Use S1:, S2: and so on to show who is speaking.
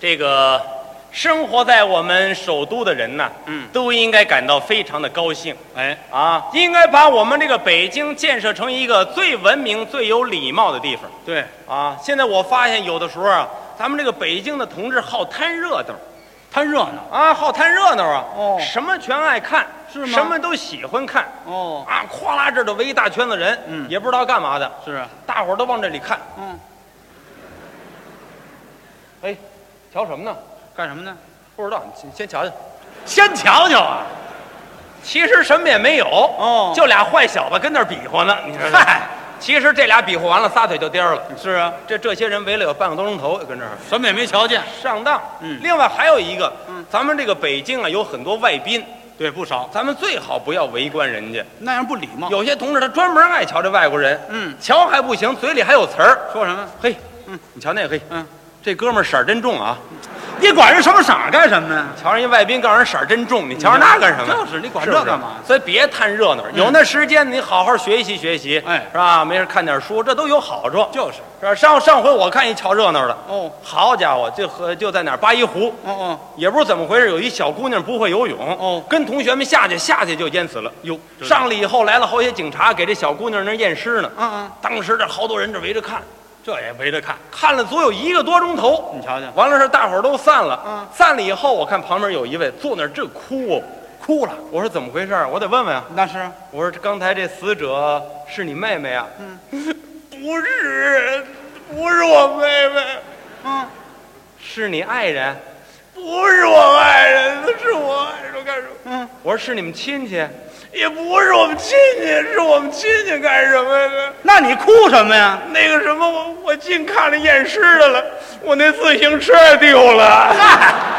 S1: 这个生活在我们首都的人呢，
S2: 嗯
S1: 都应该感到非常的高兴
S2: 哎，
S1: 啊！应该把我们这个北京建设成一个最文明、最有礼貌的地方
S2: 对，
S1: 啊！现在我发现有的时候啊，咱们这个北京的同志好贪热闹
S2: 贪热闹。
S1: 啊，好贪热闹啊，
S2: 哦
S1: 什么全爱看，
S2: 是吗
S1: 什么都喜欢看
S2: 哦，
S1: 啊！咵啦，这儿就围一大圈子人，
S2: 嗯
S1: 也不知道干嘛的，
S2: 是啊，
S1: 大伙儿都往这里看，
S2: 嗯，
S1: 哎，瞧什么呢？
S2: 干什么呢？
S1: 不知道，你先先瞧瞧。
S2: 先瞧瞧啊。
S1: 其实什么也没有，
S2: 哦
S1: 就俩坏小子跟那儿比划呢。你说，
S2: 嗨，
S1: 其实这俩比划完了，撒腿就颠儿了。
S2: 是啊，
S1: 这这些人围了有半个多钟头，跟这儿
S2: 什么也没瞧见。
S1: 上当。
S2: 嗯
S1: 另外还有一个，
S2: 嗯
S1: 咱们这个北京啊有很多外宾，
S2: 对，不少，
S1: 咱们最好不要围观人家。
S2: 那样不礼貌。
S1: 有些同志他专门爱瞧这外国人，
S2: 嗯，
S1: 瞧还不行，嘴里还有词儿。
S2: 说什么？
S1: 嘿，
S2: 嗯，
S1: 你瞧那个嘿，
S2: 嗯，
S1: 这哥们儿色儿真重啊！
S2: 你管人什么色儿干什么呢？
S1: 瞧人家外宾告诉人色儿真重，你瞧人那干什么？
S2: 就是你管
S1: 是
S2: 这
S1: 不是
S2: 干嘛？嗯
S1: 所以别贪热闹，有那时间你好好学习学习，
S2: 哎
S1: 是吧？没事看点书，这都有好处，
S2: 就是。
S1: 是吧？上上回我看一瞧热闹的，
S2: 哦
S1: 好家伙，就和就在哪儿八一湖，
S2: 哦哦，
S1: 也不知道怎么回事，有一小姑娘不会游泳，
S2: 哦
S1: 跟同学们下去，下去就淹死了。
S2: 哟，这是
S1: 上来以后来了好些警察，给这小姑娘那儿验尸呢。
S2: 嗯嗯，
S1: 当时这好多人这围着看，
S2: 这也围着看，
S1: 看了足有一个多钟头。
S2: 你瞧瞧，
S1: 完了事儿，大伙儿都散了。
S2: 嗯
S1: 散了以后，我看旁边有一位坐那儿正哭哦，哭了。我说怎么回事儿？我得问问啊。
S2: 那是
S1: 我说这刚才这死者是你妹妹啊？
S2: 嗯，
S1: 不是，不是我妹妹，
S2: 嗯，
S1: 是你爱人。
S2: 不是我爱人，是我爱人干什么？嗯，
S1: 我说是你们亲戚，
S2: 也不是我们亲戚，是我们亲戚干什么呀？那你哭什么呀？
S1: 那个什么，我我净看了验尸的了，我那自行车丢了。
S2: 嗨，